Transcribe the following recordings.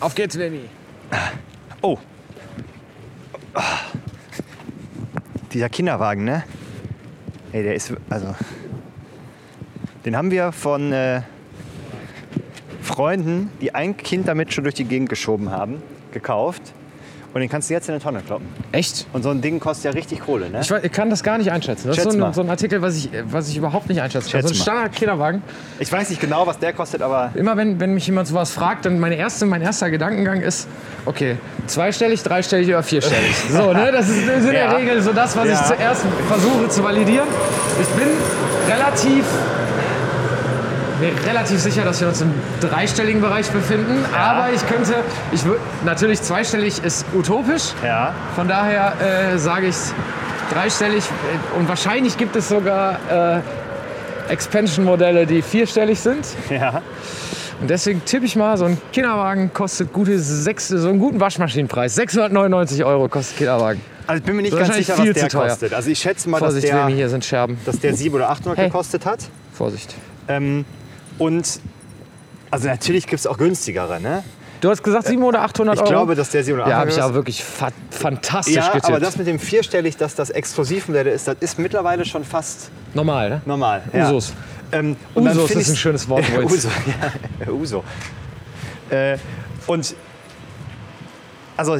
Auf geht's, Lenny. Oh. Dieser Kinderwagen, ne? Ey, der ist. Also. Den haben wir von äh, Freunden, die ein Kind damit schon durch die Gegend geschoben haben, gekauft. Und den kannst du jetzt in eine Tonne kloppen. Echt? Und so ein Ding kostet ja richtig Kohle, ne? Ich, weiß, ich kann das gar nicht einschätzen. Das Schätz ist so mal. ein, so ein Artikel, was ich, was ich überhaupt nicht einschätzen kann. Schätz So ein mal. starrer Kinderwagen. Ich weiß nicht genau, was der kostet, aber Immer wenn, wenn mich jemand sowas fragt, dann meine erste, mein erster Gedankengang ist, okay, zweistellig, dreistellig oder vierstellig. So, ne? Das ist in der Ja. Regel so das, was Ja. ich zuerst versuche zu validieren. Ich bin relativ, mir relativ sicher, dass wir uns im dreistelligen Bereich befinden. Aber ich könnte, ich würde, natürlich zweistellig ist utopisch. ja. Von daher äh, sage ich dreistellig äh, und wahrscheinlich gibt es sogar äh, Expansion-Modelle, die vierstellig sind. Ja. Und deswegen tippe ich mal, so ein Kinderwagen kostet gute sechs, so einen guten Waschmaschinenpreis. 699 Euro kostet Kinderwagen. Also ich bin mir nicht ganz Wahrscheinlich sicher, was viel der zu teuer. kostet. Also ich schätze mal, Vorsicht, dass Remy, der, hier sind Scherben. dass der 700 oder 800 Hey. gekostet hat. Vorsicht. Ähm, und also natürlich gibt es auch günstigere, ne? Du hast gesagt 700 oder 800 Ich Euro? glaube, dass der 700 Oh. ja, habe ich gekostet- aber wirklich fa fantastisch ja, getippt. aber das mit dem vierstellig, dass das Exklusivmodell ist, das ist mittlerweile schon fast Normal, ne? normal. Ja. Usus. Ähm, und dann Usus find ist ich's- ein schönes Wort, Moritz. Uso, ja, Uso. Äh, und also,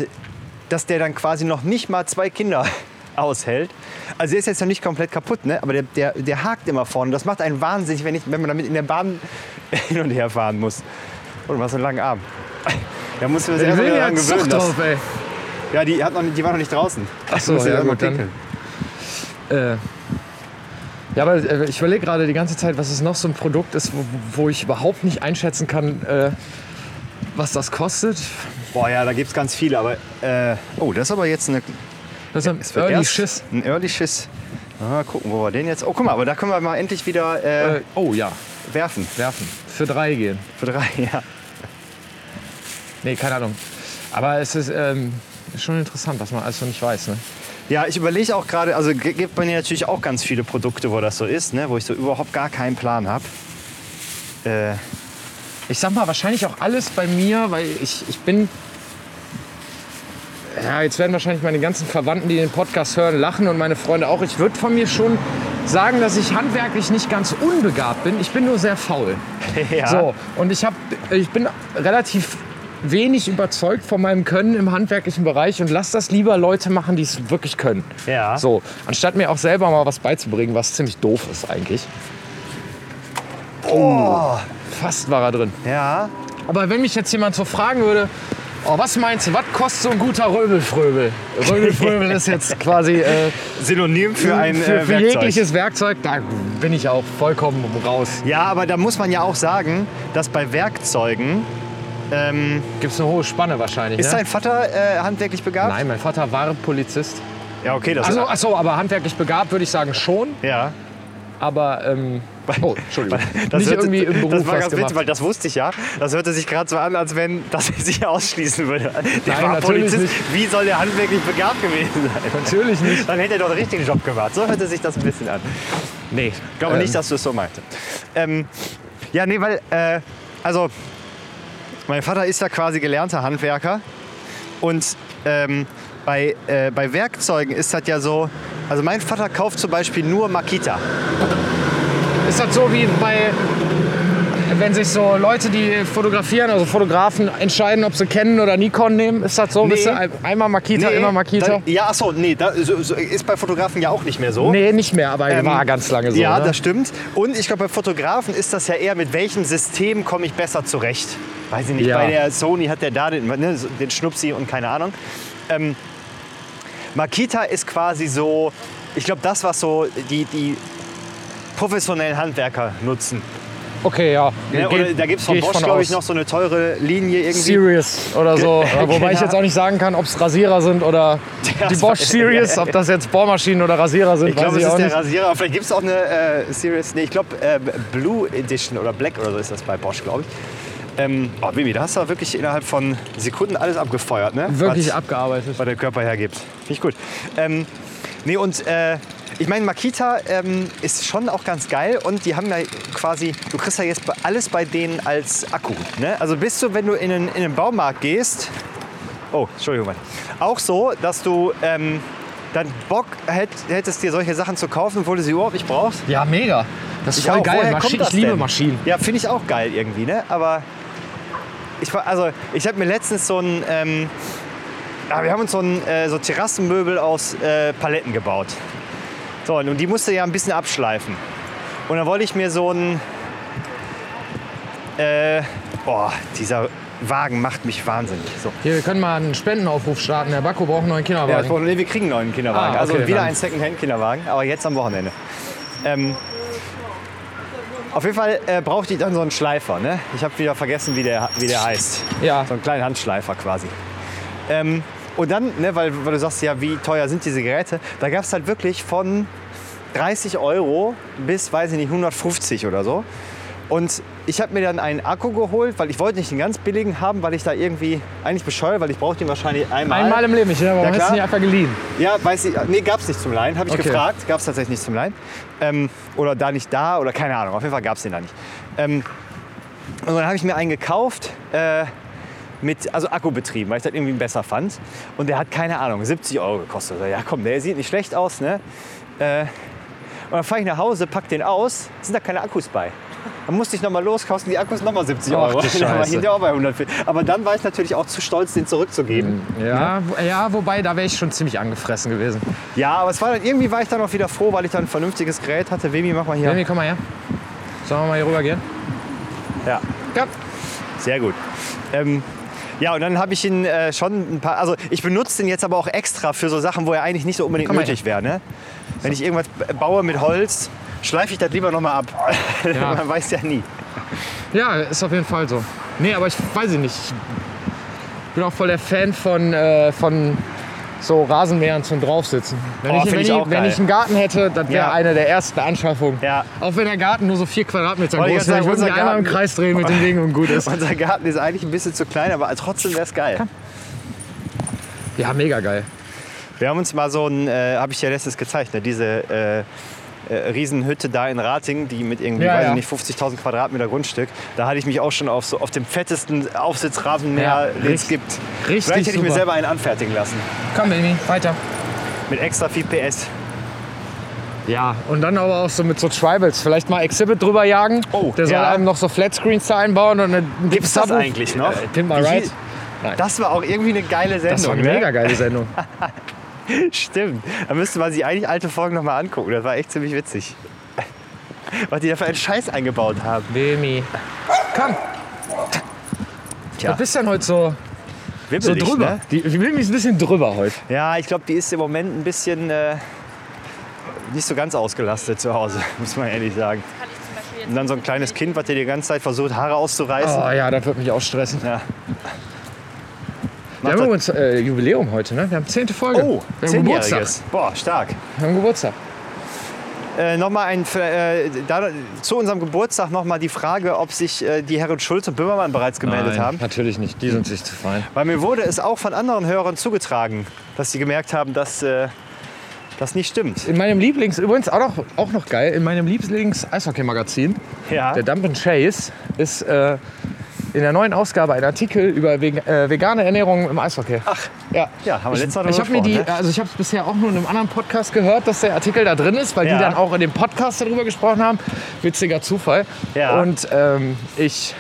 dass der dann quasi noch nicht mal zwei Kinder aushält. Also der ist jetzt noch nicht komplett kaputt, ne? aber der, der, der hakt immer vorne. Das macht einen wahnsinnig, wenn, ich, wenn man damit in der Bahn hin und her fahren muss. Und man hat so einen langen Arm. Da muss man sich Der erst mal will wieder ja dran Zug gewöhnen. dass- drauf, ey. Ja, die, hat noch, nicht- die war noch nicht draußen. Ach so, ja, gut, dann- Äh, ja, aber äh, ich überlege gerade die ganze Zeit, was es noch so ein Produkt ist, wo, wo ich überhaupt nicht einschätzen kann, äh, was das kostet. Boah, ja, da gibt es ganz viele, aber... Äh, oh, das ist aber jetzt eine, Das Es ist ein wird Early erst Schiss. Ein Early Schiss. Mal gucken, wo wir den jetzt. Oh, guck mal, aber da können wir mal endlich wieder äh, Äh, oh ja, werfen. werfen. Für drei gehen. Für drei, ja. Nee, keine Ahnung. Aber es ist ähm, schon interessant, was man alles noch nicht weiß. Ne? Ja, ich überlege auch gerade, also g- gibt man hier natürlich auch ganz viele Produkte, wo das so ist, ne? wo ich so überhaupt gar keinen Plan habe. Äh, Ich sag mal, wahrscheinlich auch alles bei mir, weil ich, ich bin. Ja, jetzt werden wahrscheinlich meine ganzen Verwandten, die den Podcast hören, lachen und meine Freunde auch. Ich würde von mir schon sagen, dass ich handwerklich nicht ganz unbegabt bin. Ich bin nur sehr faul. ja. So, und ich, hab, ich bin relativ wenig überzeugt von meinem Können im handwerklichen Bereich und lass das lieber Leute machen, die es wirklich können. Ja. So, anstatt mir auch selber mal was beizubringen, was ziemlich doof ist eigentlich. Oh, fast war er drin. Ja. Aber wenn mich jetzt jemand so fragen würde, oh, was meinst du, was kostet so ein guter Röbelfröbel? Röbelfröbel ist jetzt quasi äh, Synonym für ein für, äh, für Werkzeug. jegliches Werkzeug, da bin ich auch vollkommen raus. Ja, aber da muss man ja auch sagen, dass bei Werkzeugen ähm, Gibt es eine hohe Spanne wahrscheinlich. ist ne? dein Vater äh, handwerklich begabt? Nein, mein Vater war Polizist. Ja, okay, das Also, achso, aber handwerklich begabt würde ich sagen schon, ja. aber ähm, oh, Entschuldigung, Das nicht hörte- irgendwie im Beruf Das was war ganz witzig, gemacht. weil das wusste ich ja. Das hörte sich gerade so an, als wenn das sich ausschließen würde. Der Nein, war natürlich Polizist. nicht. Wie soll der handwerklich begabt gewesen sein? Natürlich nicht. Dann hätte er doch den richtigen Job gemacht. So hörte sich das ein bisschen an. Nee, Ich glaube ähm, nicht, dass du es so meinte. Ähm, ja, nee, weil, äh, also, mein Vater ist ja quasi gelernter Handwerker. Und ähm, bei, äh, bei Werkzeugen ist das ja so, also mein Vater kauft zum Beispiel nur Makita. Ist das so wie bei, wenn sich so Leute, die fotografieren, also Fotografen, entscheiden, ob sie Canon oder Nikon nehmen? Ist das so? Nee. Bist du ein- einmal Makita, immer Makita? dann- ja, achso, nee, da, so, so, ist bei Fotografen ja auch nicht mehr so. nee, nicht mehr, aber war ganz lange so. Ähm, ja, ne? das stimmt. Und ich glaube, bei Fotografen ist das ja eher, mit welchem System komme ich besser zurecht. Weiß ich nicht, Ja. bei der Sony hat der da den, ne, so den Schnupsi und keine Ahnung. Ähm, Makita ist quasi so, ich glaube, das, was so die, die professionellen Handwerker nutzen. okay, ja. Ne? Geh- Oder da gibt es von geh ich Bosch, glaube ich, aus. noch so eine teure Linie irgendwie. Serious oder so. Äh, Ge- Wobei ich Genau. jetzt auch nicht sagen kann, ob es Rasierer sind oder Ja, die das Bosch weiß ich. Serious, ob das jetzt Bohrmaschinen oder Rasierer sind, Ich glaube, weiß es ich ist auch der nicht. Rasierer. Vielleicht gibt es auch eine äh, Series. Nee, ich glaube, äh, Blue Edition oder Black oder so ist das bei Bosch, glaube ich. Ähm, oh, Bibi, da hast du wirklich innerhalb von Sekunden alles abgefeuert, ne? Wirklich was, abgearbeitet. was der Körper hergibt. Finde ich gut. Ähm, nee, und äh, Ich meine, Makita ähm, ist schon auch ganz geil und die haben ja quasi, du kriegst ja jetzt bei- alles bei denen als Akku. Ne? Also bist du, wenn du in den, in den Baumarkt gehst, oh, Entschuldigung, Mann. auch so, dass du ähm, dann Bock hätt, hättest, dir solche Sachen zu kaufen, obwohl du sie überhaupt nicht brauchst. Ja, mega. Das ist voll auch. geil. Woher Maschi- kommt ich das liebe denn? Maschinen. Ja, finde ich auch geil irgendwie, ne? Aber ich war, also ich habe mir letztens so ein, ähm, ja, wir haben uns so ein äh, so Terrassenmöbel aus äh, Paletten gebaut. So und die musste ja ein bisschen abschleifen. Und dann wollte ich mir so ein, äh, boah, dieser Wagen macht mich wahnsinnig. So. Hier, wir können mal einen Spendenaufruf starten. Der Bakko braucht einen neuen Ja, das Kinderwagen. Problem- nee, wir kriegen einen neuen Kinderwagen. Ah, okay, also wieder dann. ein Secondhand-Kinderwagen, aber jetzt am Wochenende. Ähm, auf jeden Fall äh, brauchte ich dann so einen Schleifer. Ne? Ich habe wieder vergessen, wie der, wie der heißt. Ja. So einen kleinen Handschleifer quasi. Ähm, und dann, ne, weil, weil du sagst ja, wie teuer sind diese Geräte, da gab es halt wirklich von 30 Euro bis, weiß ich nicht, 150 oder so. Und ich habe mir dann einen Akku geholt, weil ich wollte nicht einen ganz billigen haben, weil ich da irgendwie eigentlich bescheuert, weil ich brauche den wahrscheinlich einmal. Einmal im Leben. Ich, ja, warum Ja, hast du klar. nicht einfach geliehen? Ja, weiß ich. Nee, gab's nicht zum Leihen. Habe ich Okay. gefragt. Gab's tatsächlich nicht zum Leihen. Ähm, oder da nicht da oder keine Ahnung. Auf jeden Fall gab's den da nicht. Ähm, und dann habe ich mir einen gekauft. Äh, mit, also Akku betrieben, weil ich das irgendwie besser fand. Und der hat, keine Ahnung, 70 Euro gekostet. Ja komm, der sieht nicht schlecht aus, ne? Äh, und dann fahre ich nach Hause, pack den aus, sind da keine Akkus bei. Dann musste ich nochmal los, kosten die Akkus nochmal 70 Ach, Euro. du Dann war ich Scheiße. hinterher auch bei 140. Aber dann war ich natürlich auch zu stolz, den zurückzugeben. Ja, wo- ja wobei, da wäre ich schon ziemlich angefressen gewesen. Ja, aber es war dann, irgendwie war ich dann auch wieder froh, weil ich dann ein vernünftiges Gerät hatte. Wemi, mach mal Ja. hier. Remy, komm mal her. Sollen wir mal hier rüber gehen? Ja, Ja. sehr gut. Ähm, ja, und dann habe ich ihn äh, schon ein paar. Also, ich benutze den jetzt aber auch extra für so Sachen, wo er eigentlich nicht so unbedingt Komm mal nötig wäre. Ne? Wenn ich irgendwas b- baue mit Holz, schleife ich das lieber nochmal ab. Ja. Man weiß ja nie. ja, ist auf jeden Fall so. Nee, aber ich weiß ich nicht. Ich bin auch voll der Fan von, äh, von so Rasenmähern zum Draufsitzen. Wenn, Oh, ich, find wenn, ich ich, auch wenn geil. ich einen Garten hätte, das wäre Ja. eine der ersten Anschaffungen. Ja. Auch wenn der Garten nur so vier Quadratmeter Wollte ich groß gerade wäre, ich würde sagen, mich unser einmal im Garten- Kreis drehen mit dem Ding und gut ist. Unser Garten ist eigentlich ein bisschen zu klein, aber trotzdem wäre es geil. Ja, mega geil. Wir haben uns mal so ein, äh, habe ich ja letztes gezeigt, ne, diese äh, äh, Riesenhütte da in Rating, die mit irgendwie, Ja, weiß ja. ich nicht, 50.000 Quadratmeter Grundstück. Da hatte ich mich auch schon auf, so, auf dem fettesten Aufsitzrasenmäher, Ja, den es richtig- gibt. richtig Vielleicht hätte ich mir super. selber einen anfertigen lassen. Komm, Baby, weiter. Mit extra viel PS. Ja, und dann aber auch so mit so Tribals. Vielleicht mal Exhibit drüber jagen. Oh, der soll ja. einem noch so Flatscreens da einbauen und einen Gibt's das Subwoofer. eigentlich noch? Äh, Pimp My Wie Ride. viel- Das war auch irgendwie eine geile Sendung. Das war eine ne? mega geile Sendung. Stimmt. Da müsste man sich eigentlich alte Folgen nochmal angucken. Das war echt ziemlich witzig. Was die da für einen Scheiß eingebaut haben. Bömi. Komm. Tja. Was bist denn heute so, so Wibbelig, drüber? ne? Die, die Bömi ist ein bisschen drüber heute. Ja, ich glaube, die ist im Moment ein bisschen äh, nicht so ganz ausgelastet zu Hause, muss man ehrlich sagen. kann ich zum Beispiel jetzt Und dann so ein kleines Kind, was dir die ganze Zeit versucht, Haare auszureißen. Oh ja, das wird mich auch stressen. Ja. Wir Macht haben das- übrigens äh, Jubiläum heute, ne? Wir haben zehnte Folge. Oh, wir haben Geburtstag. zehnjähriges. Boah, stark. Wir haben Geburtstag. Äh, nochmal ein, äh, da, zu unserem Geburtstag nochmal die Frage, ob sich äh, die Herren Schulz und Böhmermann bereits gemeldet Nein, haben. Natürlich nicht. Die sind sich zu fein. Weil mir wurde es auch von anderen Hörern zugetragen, dass sie gemerkt haben, dass äh, das nicht stimmt. In meinem Lieblings, übrigens auch noch, auch noch geil, in meinem Lieblings-Eishockey-Magazin Ja. Der Dump and Chase ist äh, in der neuen Ausgabe ein Artikel über veg äh, vegane Ernährung im Eishockey. Ach, ja. Ja, haben wir Ich, letztes Mal ich drüber habe mir die, gesprochen, ne? also ich habe es bisher auch nur in einem anderen Podcast gehört, dass der Artikel da drin ist, weil Ja. die dann auch in dem Podcast darüber gesprochen haben. Witziger Zufall. Ja. Und ähm, ich,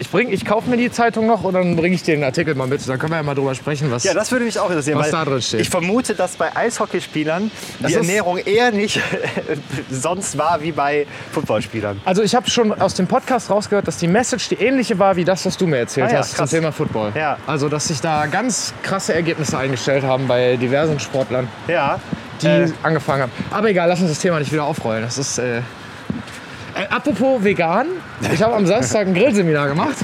ich bring, ich kaufe mir die Zeitung noch und dann bringe ich dir den Artikel mal mit. Dann können wir ja mal drüber sprechen, was. Ja, das würde mich auch interessieren. Was da weil drin steht. Ich vermute, dass bei Eishockeyspielern die ist- Ernährung eher nicht sonst war wie bei Footballspielern. also ich habe schon aus dem Podcast rausgehört, dass die Message die ähnliche war wie das, was du mir erzählt Ah ja, hast krass. zum Thema Football. Ja. Also dass sich da ganz krasse Ergebnisse eingestellt haben bei diversen Sportlern, Ja. die Äh. angefangen haben. Aber egal, lass uns das Thema nicht wieder aufrollen. Das ist. Äh, äh, apropos vegan, ich habe am Samstag ein Grillseminar gemacht.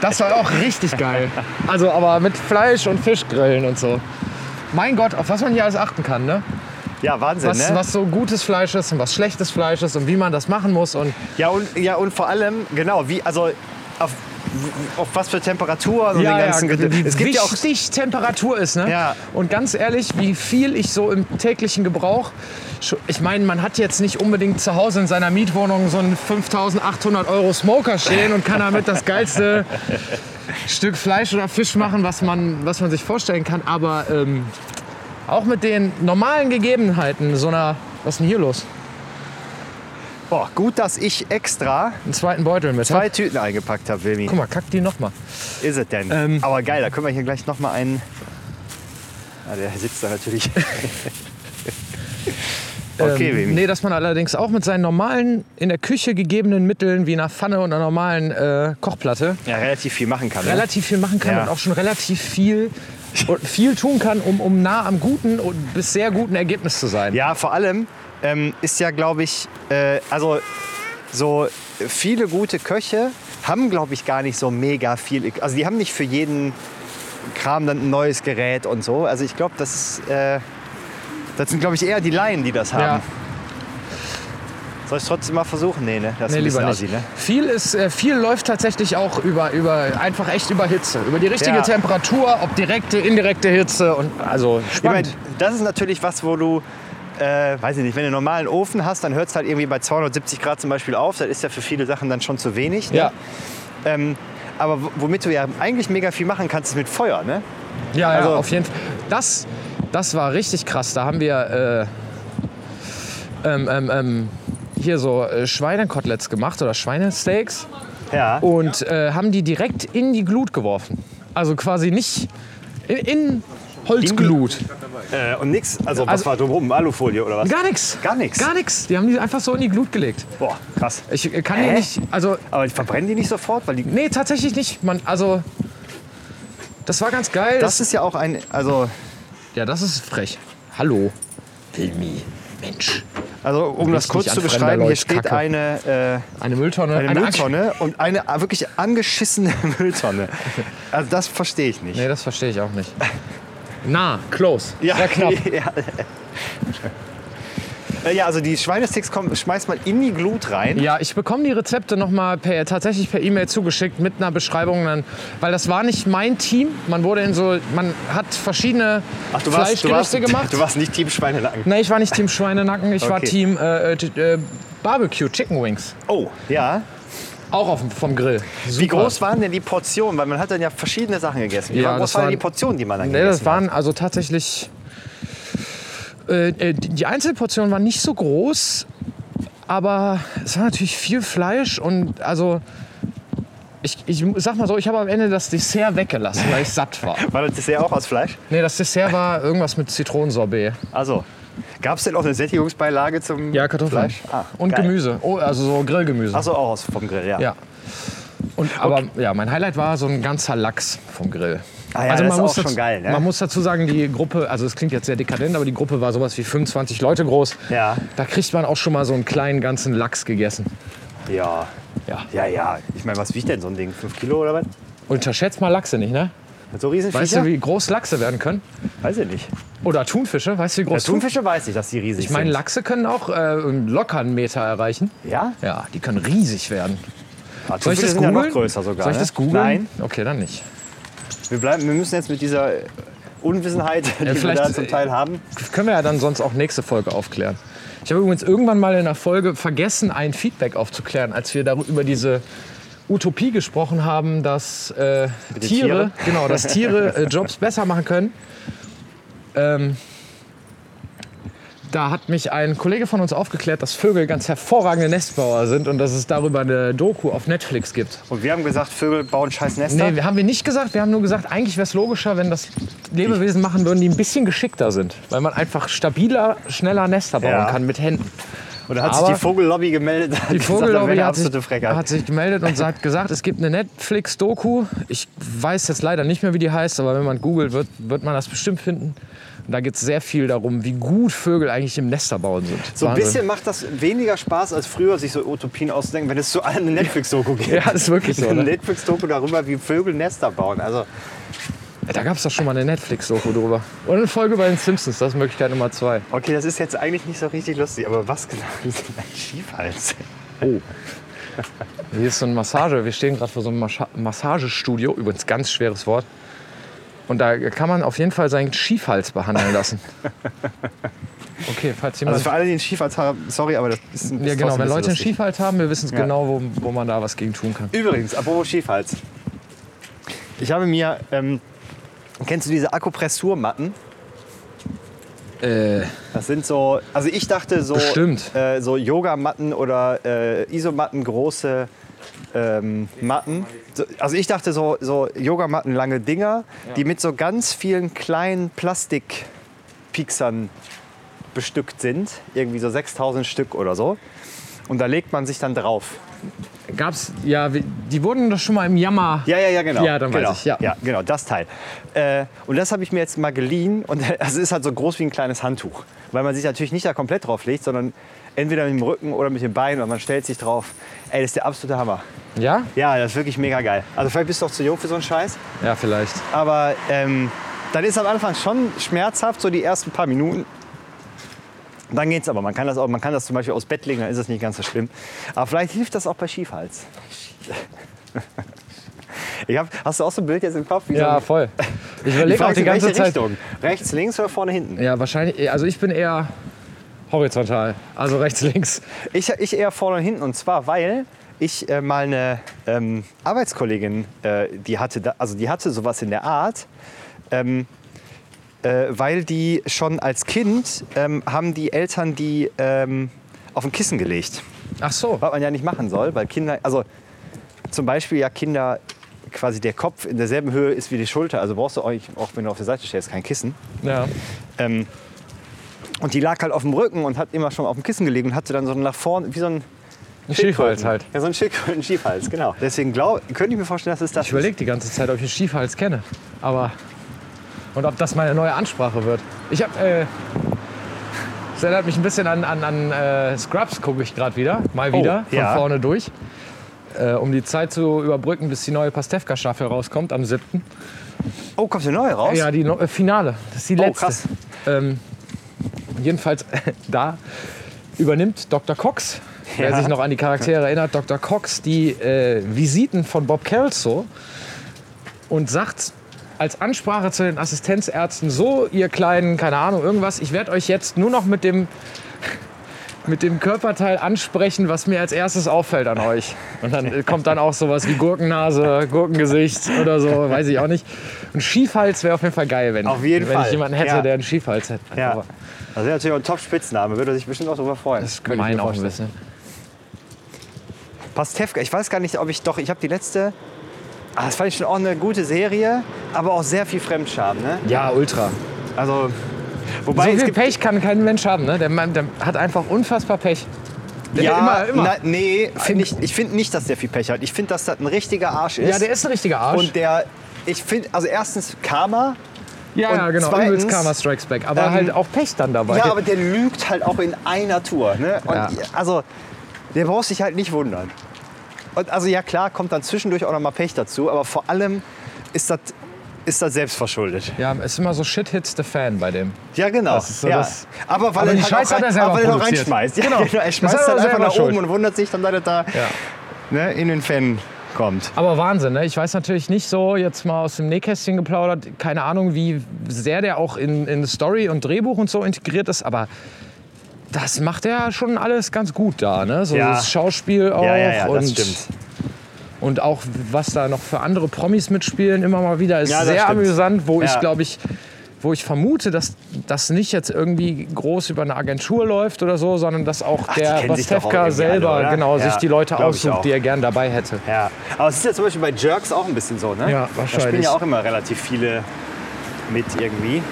Das war auch richtig geil. Also aber mit Fleisch und Fisch grillen und so. Mein Gott, auf was man hier alles achten kann, ne? Ja, Wahnsinn, Was, ne? was so gutes Fleisch ist und was schlechtes Fleisch ist und wie man das machen muss und Ja, und, ja, und vor allem, genau, wie, also auf auf was für Temperaturen und ja, den ganzen ja, Gedö- wie Es gibt ja auch wichtig Temperatur ist. Ne? Ja. Und ganz ehrlich, wie viel ich so im täglichen Gebrauch, scho- ich meine, man hat jetzt nicht unbedingt zu Hause in seiner Mietwohnung so einen 5800 Euro Smoker stehen und kann damit das geilste Stück Fleisch oder Fisch machen, was man, was man sich vorstellen kann. Aber ähm, auch mit den normalen Gegebenheiten, so einer, was ist denn hier los? boah, gut, dass ich extra Einen zweiten Beutel mit. hab? zwei Tüten eingepackt habe, Wilmi. Guck mal, kack die nochmal. Ist es denn? Ähm. Aber geil, da können wir hier gleich noch mal einen. Ah, der sitzt da natürlich. okay, ähm, Wilmi. Nee, dass man allerdings auch mit seinen normalen, in der Küche gegebenen Mitteln wie einer Pfanne und einer normalen äh, Kochplatte Ja, relativ viel machen kann. Ne? relativ viel machen kann Ja. und auch schon relativ viel, und viel tun kann, um, um nah am guten und bis sehr guten Ergebnis zu sein. Ja, vor allem ähm, ist ja, glaube ich, äh, also so viele gute Köche haben, glaube ich, gar nicht so mega viel. Also die haben nicht für jeden Kram dann ein neues Gerät und so. Also ich glaube, das ist, äh, das sind, glaube ich, eher die Laien, die das haben. Soll ich trotzdem mal versuchen? Nee, ne? Das ist Nee, ein lieber bisschen nicht. assi, ne? Viel, ist, äh, viel läuft tatsächlich auch über, über, einfach echt über Hitze. Über die richtige Ja. Temperatur, ob direkte, indirekte Hitze und also Ich mein, spannend. das ist natürlich was, wo du, äh, weiß ich nicht, wenn du einen normalen Ofen hast, dann hört es halt irgendwie bei 270 Grad zum Beispiel auf. Das ist ja für viele Sachen dann schon zu wenig. Ne? ja. Ähm, aber wo- womit du ja eigentlich mega viel machen kannst, ist mit Feuer, ne? Ja, Also- ja, auf jeden Fall. Das, das war richtig krass. Da haben wir äh, ähm, ähm, ähm, hier so äh, Schweinekoteletts gemacht oder Schweinesteaks Ja. und äh, haben die direkt in die Glut geworfen. Also quasi nicht in, in Holzglut. Äh, und nix, also was Also- war drumherum? Alufolie oder was? Gar nichts. Gar nix? Gar nichts. Die haben die einfach so in die Glut gelegt. Boah, krass. Ich äh, kann die Hä? nicht. Also, Aber verbrennen die nicht sofort? Weil die, nee, tatsächlich nicht. Man, also, das war ganz geil. das ist ja auch ein, also, ja, das ist frech. Hallo. Wilmi. Mensch. also um das nicht kurz zu an fremder beschreiben, hier Leute steht Kacke. eine, Eine Mülltonne. äh, eine, Eine Ak- Mülltonne und eine äh, wirklich angeschissene Mülltonne. Also das verstehe ich nicht. Nee, das verstehe ich auch nicht. Na, close. Sehr knapp. ja. Äh, ja, also die Schweinesticks kommen, schmeißt man in die Glut rein. Ja, ich bekomme die Rezepte nochmal per, tatsächlich per E-Mail zugeschickt mit einer Beschreibung, dann, weil das war nicht mein Team. Man wurde in so, man hat verschiedene Ach, du warst, du, warst, Fleischgerichte gemacht. du warst nicht Team Schweinenacken. Nee, ich war nicht Team Schweinenacken, ich war Okay. Team äh, äh, t- äh, Barbecue Chicken Wings. Oh, ja. Auch auf, vom Grill. Wie groß waren denn die Portionen? Weil man hat dann ja verschiedene Sachen gegessen. Wie Ja, groß das waren waren- die Portionen, die man dann Nee, gegessen das waren also tatsächlich. Äh, äh, die- die Einzelportionen waren nicht so groß, aber es war natürlich viel Fleisch und also. Ich, ich sag mal so, ich habe am Ende das Dessert weggelassen, weil ich satt war. hat? War das Dessert auch aus Fleisch? Nee, das Dessert war irgendwas mit Zitronensorbet. Also, gab es denn auch eine Sättigungsbeilage zum Ja, Kartoffeln. Fleisch? Ah, und geil. Gemüse. Oh, also so Grillgemüse. Achso, auch aus vom Grill, ja. Ja. Und, aber ja, mein Highlight war so ein ganzer Lachs vom Grill. Ah ja, das ist auch schon dazu, geil, ne? Man muss dazu sagen, die Gruppe, also es klingt jetzt sehr dekadent, aber die Gruppe war sowas wie 25 Leute groß. Ja. Da kriegt man auch schon mal so einen kleinen ganzen Lachs gegessen. Ja, Ja. ja. ja. Ich meine, was wiegt denn so ein Ding? 5 Kilo oder was? Unterschätzt mal Lachse nicht, ne? So Riesenfische? Weißt du, wie groß Lachse werden können? Weiß ich nicht. Oder Thunfische, weißt du, wie Ja, groß Thunfische? Thunfische weiß ich, dass die riesig Ich meine, sind. Lachse können auch äh, locker einen Meter erreichen. Ja? Ja, die können riesig werden. Ah, Soll ich Thunfische das sind ja googeln? noch größer sogar. Soll ich ne? das googeln? Nein, Okay, dann nicht. wir, bleiben, wir müssen jetzt mit dieser äh, Unwissenheit, die wir vielleicht- da zum Teil haben. Können wir ja dann sonst auch nächste Folge aufklären. Ich habe übrigens irgendwann mal in einer Folge vergessen, ein Feedback aufzuklären, als wir darüber über diese Utopie gesprochen haben, dass äh, Tiere, Tiere? genau, dass Tiere äh, Jobs besser machen können. Ähm, da hat mich ein Kollege von uns aufgeklärt, dass Vögel ganz hervorragende Nestbauer sind und dass es darüber eine Doku auf Netflix gibt. Und wir haben gesagt, Vögel bauen scheiß Nester. Nee, wir- haben wir nicht gesagt. Wir haben nur gesagt, eigentlich wäre es logischer, wenn das Lebewesen machen würden, die ein bisschen geschickter sind. Weil man einfach stabiler, schneller Nester bauen Ja. kann mit Händen. Und da hat Aber- sich die Vogellobby gemeldet. und hat Die gesagt, das wäre Vogellobby eine hat sich, absolute Frechheit. hat sich gemeldet und hat gesagt, es gibt eine Netflix-Doku. Ich weiß jetzt leider nicht mehr, wie die heißt, aber wenn man googelt, wird, wird man das bestimmt finden. Und da geht es sehr viel darum, wie gut Vögel eigentlich im Nesterbauen sind. So ein Wahnsinn. bisschen macht das weniger Spaß als früher, sich so Utopien auszudenken, wenn es so eine Netflix-Doku gibt. Ja, ist wirklich so. eine Ne? Netflix-Doku darüber, wie Vögel Nester bauen. Also, Da gab es doch schon mal eine Netflix-Doku drüber. Und eine Folge bei den Simpsons, das ist Möglichkeit Nummer zwei. Also okay, das ist jetzt eigentlich nicht so richtig lustig, aber was genau ist denn ein Schiefhals? Oh. Hier ist so ein Massage. Wir stehen gerade vor so einem Mascha- Massagestudio. Übrigens ganz schweres Wort. Und da kann man auf jeden Fall seinen Schiefhals behandeln lassen. Okay, falls jemand. Also für alle, die einen Schiefhals haben, sorry, aber das ist ein ja, ist genau. Wenn trotzdem ein bisschen Leute einen lustig. Schiefhals haben, wir wissen Ja. genau, wo, wo man da was gegen tun kann. Übrigens, apropos Schiefhals. Ich habe mir, ähm, kennst du diese Akupressurmatten? Äh, Das sind so, also ich dachte so, Bestimmt. äh, so Yogamatten oder äh, Isomatten, große ähm, Matten. So, also ich dachte so, so Yogamatten, lange Dinger, die mit so ganz vielen kleinen Plastikpieksern bestückt sind. Irgendwie so 6000 Stück oder so. Und da legt man sich dann drauf. gab's. Ja, wie- die wurden doch schon mal im Jammer. Ja, ja, ja, genau. Ja, dann weiß genau. ich, ja. genau, das Teil. Äh, und das habe ich mir jetzt mal geliehen. Und es ist halt so groß wie ein kleines Handtuch. Weil man sich natürlich nicht da komplett drauf legt, sondern entweder mit dem Rücken oder mit dem Bein oder man stellt sich drauf. Ey, das ist der absolute Hammer. Ja? Ja, das ist wirklich mega geil. Also vielleicht bist du auch zu jung für so einen Scheiß. Ja, vielleicht. Aber ähm, dann ist am Anfang schon schmerzhaft, so die ersten paar Minuten. Dann geht's aber. Man kann das auch, man kann das zum Beispiel aus Bett legen, dann ist das nicht ganz so schlimm. Aber vielleicht hilft das auch bei Schiefhals. Ich hab, hast du auch so ein Bild jetzt im Kopf? Wie Ja, so voll. Ich ein, ich überlege auch frage, die in ganze welche Zeit. Richtung? Rechts, links oder vorne, hinten? Ja, wahrscheinlich. Also ich bin eher horizontal. Also rechts, links. Ich, ich eher vorne und hinten und zwar, weil ich äh, mal eine ähm, Arbeitskollegin, äh, die hatte, da, also die hatte sowas in der Art, ähm, äh, weil die schon als Kind ähm, haben die Eltern die ähm, auf ein Kissen gelegt, Ach so. was man ja nicht machen soll, weil Kinder, also zum Beispiel ja Kinder quasi der Kopf in derselben Höhe ist wie die Schulter, also brauchst du eigentlich, auch wenn du auf der Seite stehst, kein Kissen. Ja. Ähm, und die lag halt auf dem Rücken und hat immer schon auf dem Kissen gelegen und hatte dann so nach vorne, wie so ein Ein Schiefhals halt. ja, so ein Schildkröten Schiefhals, genau. Deswegen glaub, könnte ich mir vorstellen, dass es das Ich überlege die ganze Zeit, ob ich einen Schiefhals kenne. Aber. Und ob das meine neue Ansprache wird. Ich habe. Äh, das erinnert mich ein bisschen an, an, an äh, Scrubs, gucke ich gerade wieder. Mal Oh, wieder. von ja. vorne durch. Äh, um die Zeit zu überbrücken, bis die neue Pastewka-Staffel rauskommt am 7. ist. Oh, kommt eine neue raus? Oh, Ja, die no äh, Finale. Das ist die letzte. krass. Ähm, jedenfalls da übernimmt Dr. Cox, wer sich noch an die Charaktere erinnert, Dr. Cox die äh, Visiten von Bob Kelso und sagt als Ansprache zu den Assistenzärzten so, ihr kleinen, keine Ahnung, irgendwas, ich werde euch jetzt nur noch mit dem mit dem Körperteil ansprechen, was mir als erstes auffällt an euch. Und dann kommt dann auch sowas wie Gurkennase, Gurkengesicht oder so, weiß ich auch nicht. Und Schiefhals wäre auf jeden Fall geil, wenn, Auf jeden wenn Fall. ich jemanden hätte, Ja. der einen Schiefhals hätte. Ja. Aber Das wäre natürlich auch ein Top-Spitzname, würde er sich bestimmt auch darüber freuen. das ist Könnte ich mir gemein auch ein vorstellen. bisschen. Pastewka, ich weiß gar nicht, ob ich doch, ich habe die letzte, ah, das fand ich schon auch eine gute Serie, aber auch sehr viel Fremdscham, ne? Ja, ultra. So Also, wobei es viel gibt... Pech kann kein Mensch haben, ne? Der Mann der hat einfach unfassbar Pech. Der ja, immer, immer. Na, nee, find ich, ich finde nicht, dass der viel Pech hat. Ich finde, dass das ein richtiger Arsch ist. ja, der ist ein richtiger Arsch. Und der, ich finde, also erstens Karma, ja, und ja, genau. zweitens, Übelst Karma Strikes Back. Aber ähm, halt auch Pech dann dabei. Ja, aber der lügt halt auch in einer Tour. Ne? Und Ja. Also, der braucht sich halt nicht wundern. Und also ja klar, kommt dann zwischendurch auch noch mal Pech dazu, aber vor allem ist das ist das selbstverschuldet. ja, es ist immer so Shit hits the fan bei dem. Ja, genau. Das ist so ja. das- aber weil Aber er die halt Scheiße auch, hat er rein- selber aber weil er auch produziert. reinschmeißt. Ja, Genau. genau. Er Das hat schmeißt er halt einfach selber nach schuld. oben und wundert sich dann, dass er da Ja. ne, in den Fan kommt. Aber Wahnsinn, ne? Ich weiß natürlich nicht so, jetzt mal aus dem Nähkästchen geplaudert, keine Ahnung, wie sehr der auch in, in Story und Drehbuch und so integriert ist, aber das macht er schon alles ganz gut da, ne? So Ja. das Schauspiel auch ja, ja, ja, und, das stimmt. und auch was da noch für andere Promis mitspielen, immer mal wieder, ist Ja, das sehr stimmt. amüsant, wo ich Ja. glaube ich wo ich vermute, dass das nicht jetzt irgendwie groß über eine Agentur läuft oder so, sondern dass auch die der kennen sich doch auch Pastewka irgendwie alle, selber oder? genau Ja, sich die Leute glaub ich auch. aussucht, die er gern dabei hätte. Ja, aber es ist ja zum Beispiel bei Jerks auch ein bisschen so, ne? Ja, Da spielen wahrscheinlich. ja auch immer relativ viele mit irgendwie.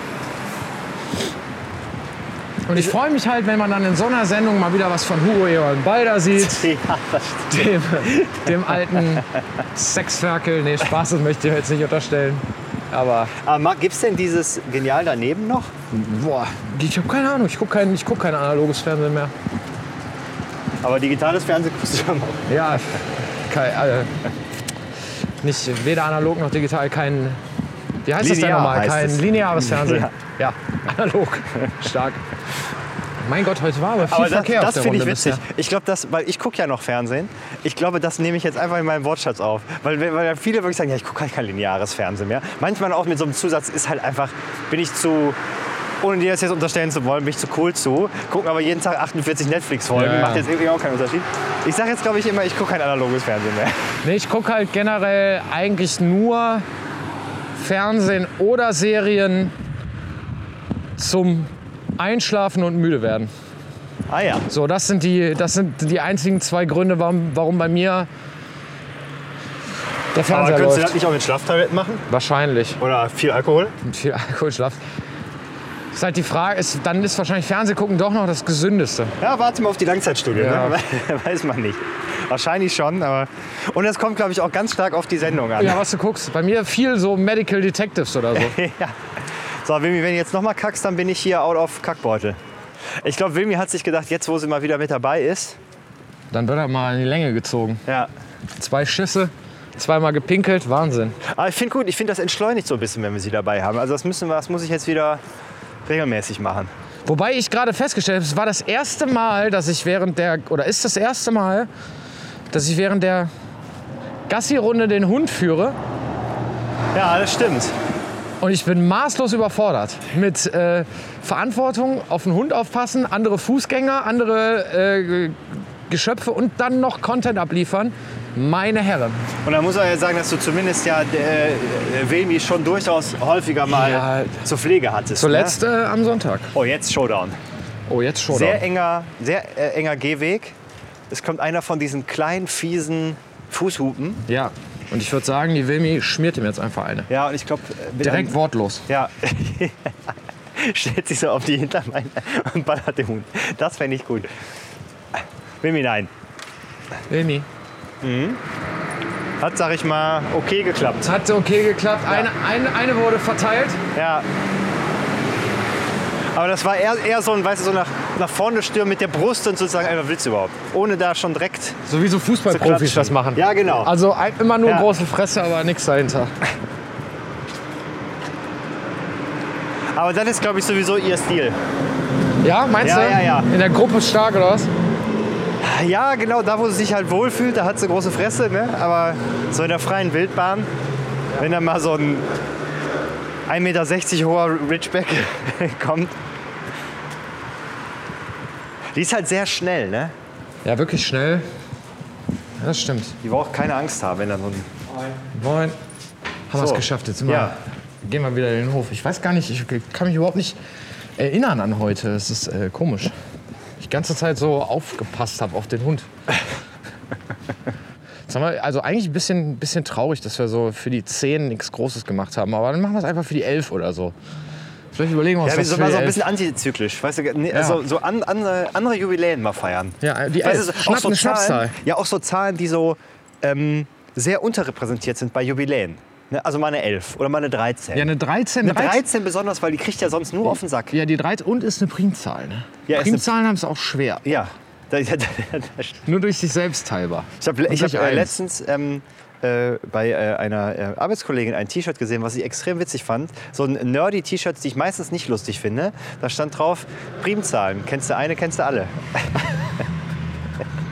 Und ich freue mich halt, wenn man dann in so einer Sendung mal wieder was von Hugo Egon Balder sieht, Ja, das stimmt. dem, dem alten Sexferkel. Nee, Spaß, das möchte ich jetzt nicht unterstellen. Aber, Aber gibt es Ah, denn dieses Genial daneben noch? boah, ich habe keine Ahnung, ich gucke kein, ich guck kein analoges Fernsehen mehr. Aber digitales Fernsehen guckst du ja mal. Ja, kein, äh, nicht, weder analog noch digital, kein, wie heißt das denn Linear nochmal? heißt Kein es. lineares Fernsehen. Ja, analog, stark. Mein Gott, heute war aber viel Aber das, Verkehr das auf der finde ich Runde witzig. Ich glaube, das, weil ich gucke ja noch Fernsehen. Ich glaube, das nehme ich jetzt einfach in meinem Wortschatz auf. Weil, weil ja viele wirklich sagen, ja, ich gucke halt kein lineares Fernsehen mehr. Manchmal auch mit so einem Zusatz ist halt einfach, bin ich zu, ohne dir das jetzt unterstellen zu wollen, bin ich zu cool zu. Gucken aber jeden Tag 48 Netflix-Folgen, Ja, ja. macht jetzt irgendwie auch keinen Unterschied. Ich sage jetzt, glaube ich, immer, ich gucke kein analoges Fernsehen mehr. Nee, ich gucke halt generell eigentlich nur Fernsehen oder Serien zum Einschlafen und müde werden. Ah ja. So, das sind die, das sind die einzigen zwei Gründe, warum, warum bei mir der Aber Fernseher könntest du das läuft. nicht auch mit Schlaftabletten machen? Wahrscheinlich. Oder viel Alkohol? Mit viel Alkoholschlaf. Ist halt die Frage, ist, dann ist wahrscheinlich Fernsehgucken doch noch das Gesündeste. Ja, warte mal auf die Langzeitstudie. Ja. Ne? Weiß man nicht. Wahrscheinlich schon, aber. Und das kommt, glaube ich, auch ganz stark auf die Sendung an. Ja, was du guckst. Bei mir viel so Medical Detectives oder so. Ja. So, Wilmi, wenn du jetzt nochmal kackst, dann bin ich hier out of Kackbeutel. Ich glaube, Wilmi hat sich gedacht, jetzt wo sie mal wieder mit dabei ist. Dann wird er mal in die Länge gezogen. Ja. Zwei Schüsse, zweimal gepinkelt, Wahnsinn. Aber ich finde gut, ich finde das entschleunigt so ein bisschen, wenn wir sie dabei haben. Also das müssen wir, das muss ich jetzt wieder regelmäßig machen. Wobei ich gerade festgestellt habe, es war das erste Mal, dass ich während der, oder ist das erste Mal, dass ich während der Gassi-Runde den Hund führe Ja, das stimmt. und ich bin maßlos überfordert mit äh, Verantwortung, auf den Hund aufpassen, andere Fußgänger, andere äh, Geschöpfe und dann noch Content abliefern. Meine Herren. Und dann muss man ja sagen, dass du zumindest ja äh, Wilmi schon durchaus häufiger mal Ja. zur Pflege hattest. Zuletzt Ne? äh, am Sonntag. Oh, jetzt Showdown. Oh, jetzt schon. Sehr enger, sehr äh, enger Gehweg. Es kommt einer von diesen kleinen, fiesen Fußhupen. Ja. Und ich würde sagen, die Wilmi schmiert ihm jetzt einfach eine. Ja, und ich äh, glaube, Direkt wortlos. Ja. Stellt sich so auf die Hinterbeine und ballert den Hund. Das fände ich gut. Mimi, nein. Wilmi. Hat, sag ich mal, okay geklappt. Es hat okay geklappt. Eine, eine, eine wurde verteilt. Ja. Aber das war eher, eher so ein, weißt du, so nach, nach vorne stürmen mit der Brust und sozusagen, ey, was willst du überhaupt? Ohne da schon direkt So wie so Fußballprofis klatschen. das machen. Ja, genau. Also ein, immer nur Ja. große Fresse, aber nichts dahinter. Aber das ist, glaube ich, sowieso ihr Stil. Ja, meinst Ja, du? ja, ja. In der Gruppe ist stark oder was? Ja, genau, da wo sie sich halt wohlfühlt, da hat sie große Fresse, ne? aber so in der freien Wildbahn, wenn da mal so ein 1,60 Meter hoher Ridgeback kommt. Die ist halt sehr schnell, ne? Ja, wirklich schnell. Ja, das stimmt. Die braucht keine Angst haben, wenn da so ein... Moin. Haben wir es So. geschafft. Jetzt mal. Ja. gehen wir wieder in den Hof. Ich weiß gar nicht, ich kann mich überhaupt nicht erinnern an heute. Es ist äh, komisch. Ich die ganze Zeit so aufgepasst habe auf den Hund. Jetzt haben wir also eigentlich ein bisschen, bisschen traurig, dass wir so für die 10 nichts Großes gemacht haben. Aber dann machen wir es einfach für die 11 oder so. Vielleicht überlegen wir uns Ja, wir das sind für mal die so ein 11. bisschen antizyklisch, weißt du, ne, also so an, andere- andere Jubiläen mal feiern. Ja, äh, die Weißt 11. du, auch Schnapp, so eine Zahlen- Schnapszahl. Ja, auch so Zahlen, die so ähm, sehr unterrepräsentiert sind bei Jubiläen. Ne? Also mal eine 11 oder mal eine 13. Ja, eine 13. Eine 13 besonders, weil die kriegt ja sonst nur auf den Sack. Ja, die 13 und ist eine Primzahl. Ne? Ja, ist eine- Primzahlen haben es auch schwer. Ja. Da, da, da, da, Nur durch sich selbst teilbar. ich habe Und ich hab, durch äh, eins. letztens ähm, äh, bei äh, einer äh, Arbeitskollegin ein T-Shirt gesehen, was ich extrem witzig fand. So ein nerdy T-Shirt, die ich meistens nicht lustig finde. Da stand drauf, Primzahlen. Kennst du eine, kennst du alle.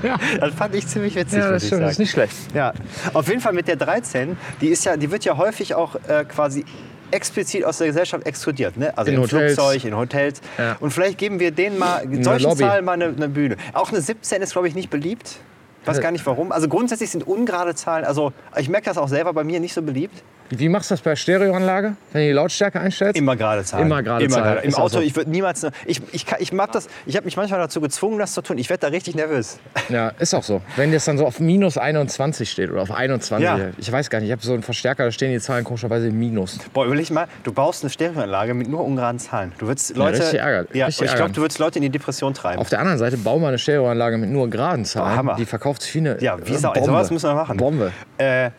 Ja, Das fand ich ziemlich witzig, ja muss das ich stimmt. sagen. Das ist nicht schlecht. Ja, auf jeden Fall mit der 13, die, ist ja, die wird ja häufig auch äh, quasi explizit aus der Gesellschaft exkludiert. Ne? Also In im Hotels. Flugzeug, in Hotels. Ja. Und vielleicht geben wir denen mal, solchen Lobby. Zahlen mal eine, eine Bühne. Auch eine 17 ist, glaube ich, nicht beliebt. Weiß gar nicht warum. Also grundsätzlich sind ungerade Zahlen, also ich merke das auch selber bei mir nicht so beliebt. Wie machst du das bei Stereoanlage, wenn du die Lautstärke einstellst? Immer gerade Zahlen. Immer gerade Zahlen. gerade. Im Ist auch Auto, so. ich würde niemals. eine- Ich, ich, kann- ich, mag das- ich habe mich manchmal dazu gezwungen, das zu tun. Ich werde da richtig nervös. Ja, ist auch so. Wenn das dann so auf minus 21 steht oder auf 21, Ja. ich weiß gar nicht, ich habe so einen Verstärker, da stehen die Zahlen komischerweise im Minus. Boah, überleg mal, du baust eine Stereoanlage mit nur ungeraden Zahlen. Du würdest Leute. richtig ärgert- Ja, richtig ich glaube, ärgern. du würdest Leute in die Depression treiben. Auf der anderen Seite bau mal eine Stereoanlage mit nur geraden Zahlen. Oh, Hammer. Die verkauft sich wie eine Ja, wie äh, Sau. Bombe. Sowas müssen wir machen. Bombe. Äh,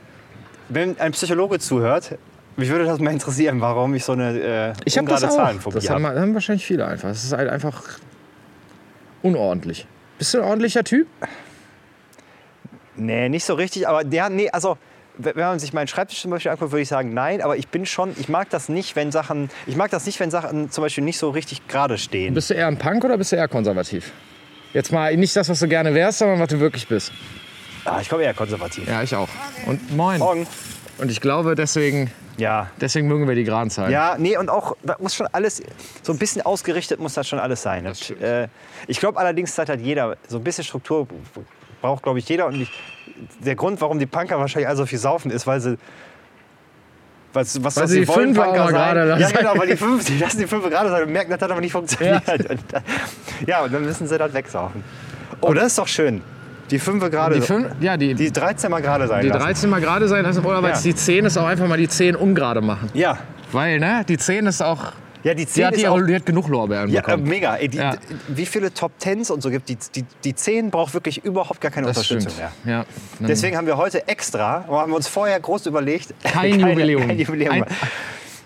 wenn ein Psychologe zuhört, mich würde das mal interessieren, warum ich so eine äh, Ich habe das ungerade auch. Zahlenphobie Das haben, habe. wir- haben wahrscheinlich viele einfach. Es ist halt einfach unordentlich. Bist du ein ordentlicher Typ? Nee, nicht so richtig, aber ja, nee, also wenn man sich meinen Schreibtisch zum Beispiel anguckt, würde ich sagen, nein, aber ich bin schon, ich mag das nicht, wenn Sachen, ich mag das nicht, wenn Sachen zum Beispiel nicht so richtig gerade stehen. Bist du eher ein Punk oder bist du eher konservativ? Jetzt mal nicht das, was du gerne wärst, sondern was du wirklich bist. Ah, ich komme eher konservativ. Ja, ich auch. Und moin. Morgen. Und ich glaube, deswegen, Ja. deswegen mögen wir die geraden Zahlen. Ja, nee, und auch, da muss schon alles, so ein bisschen ausgerichtet muss das schon alles sein. Das stimmt. äh, ich glaube allerdings, das hat halt jeder, so ein bisschen Struktur braucht, glaube ich, jeder. Und ich, der Grund, warum die Punker wahrscheinlich alle so viel saufen, ist, weil sie. Was, was, Weil was sie die wollen, Fünfer Punker auch mal gerade sein. Ja, lassen. genau, weil die fünf, die lassen die Fünfe gerade sein und merken, das hat aber nicht funktioniert. Ja, und, dann- ja, und dann müssen sie das wegsaufen. Oh, das ist doch schön. Die Fünfe gerade. Die, fünf, ja, die, also, die, Die 13 mal gerade sein. lassen. 13 mal gerade sein lassen, oder weil Ja. es die 10 ist, auch einfach mal die 10 ungerade machen. Ja. Weil, ne, die 10 ist auch. Ja, die Die 10 hat, ist die, auch die hat genug Lorbeeren Ja, äh, bekommen. mega. Ey, die, Ja. ähm, d- Wie viele Top Tens und so gibt, die, die, die 10 braucht wirklich überhaupt gar keine das Mhm. Unterstützung stimmt. mehr. Ja. Deswegen haben wir heute extra, haben wir uns vorher groß überlegt, Kein Jubiläum. Kein Jubiläum. Ein-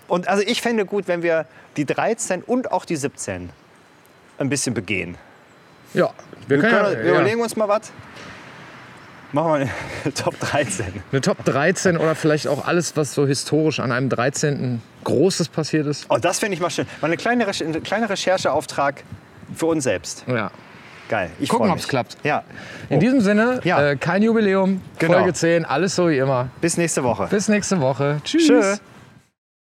und also ich fände gut, wenn wir die 13 und auch die 17 ein bisschen begehen. ja. Wir, Wir, können, können, wir ja, überlegen uns mal was. Machen wir eine Top 13. Eine Top 13 oder vielleicht auch alles, was so historisch an einem 13. Großes passiert ist. Oh, das finde ich mal schön. Mal eine kleine, Recher- ein kleiner Rechercheauftrag für uns selbst. Ja. Geil. Ich Gucken, freu ob's mich. klappt. Ja. In diesem Sinne, Oh. Ja. äh, kein Jubiläum, Genau. Folge 10, alles so wie immer. Bis nächste Woche. Bis nächste Woche. Tschüss. Tschüss.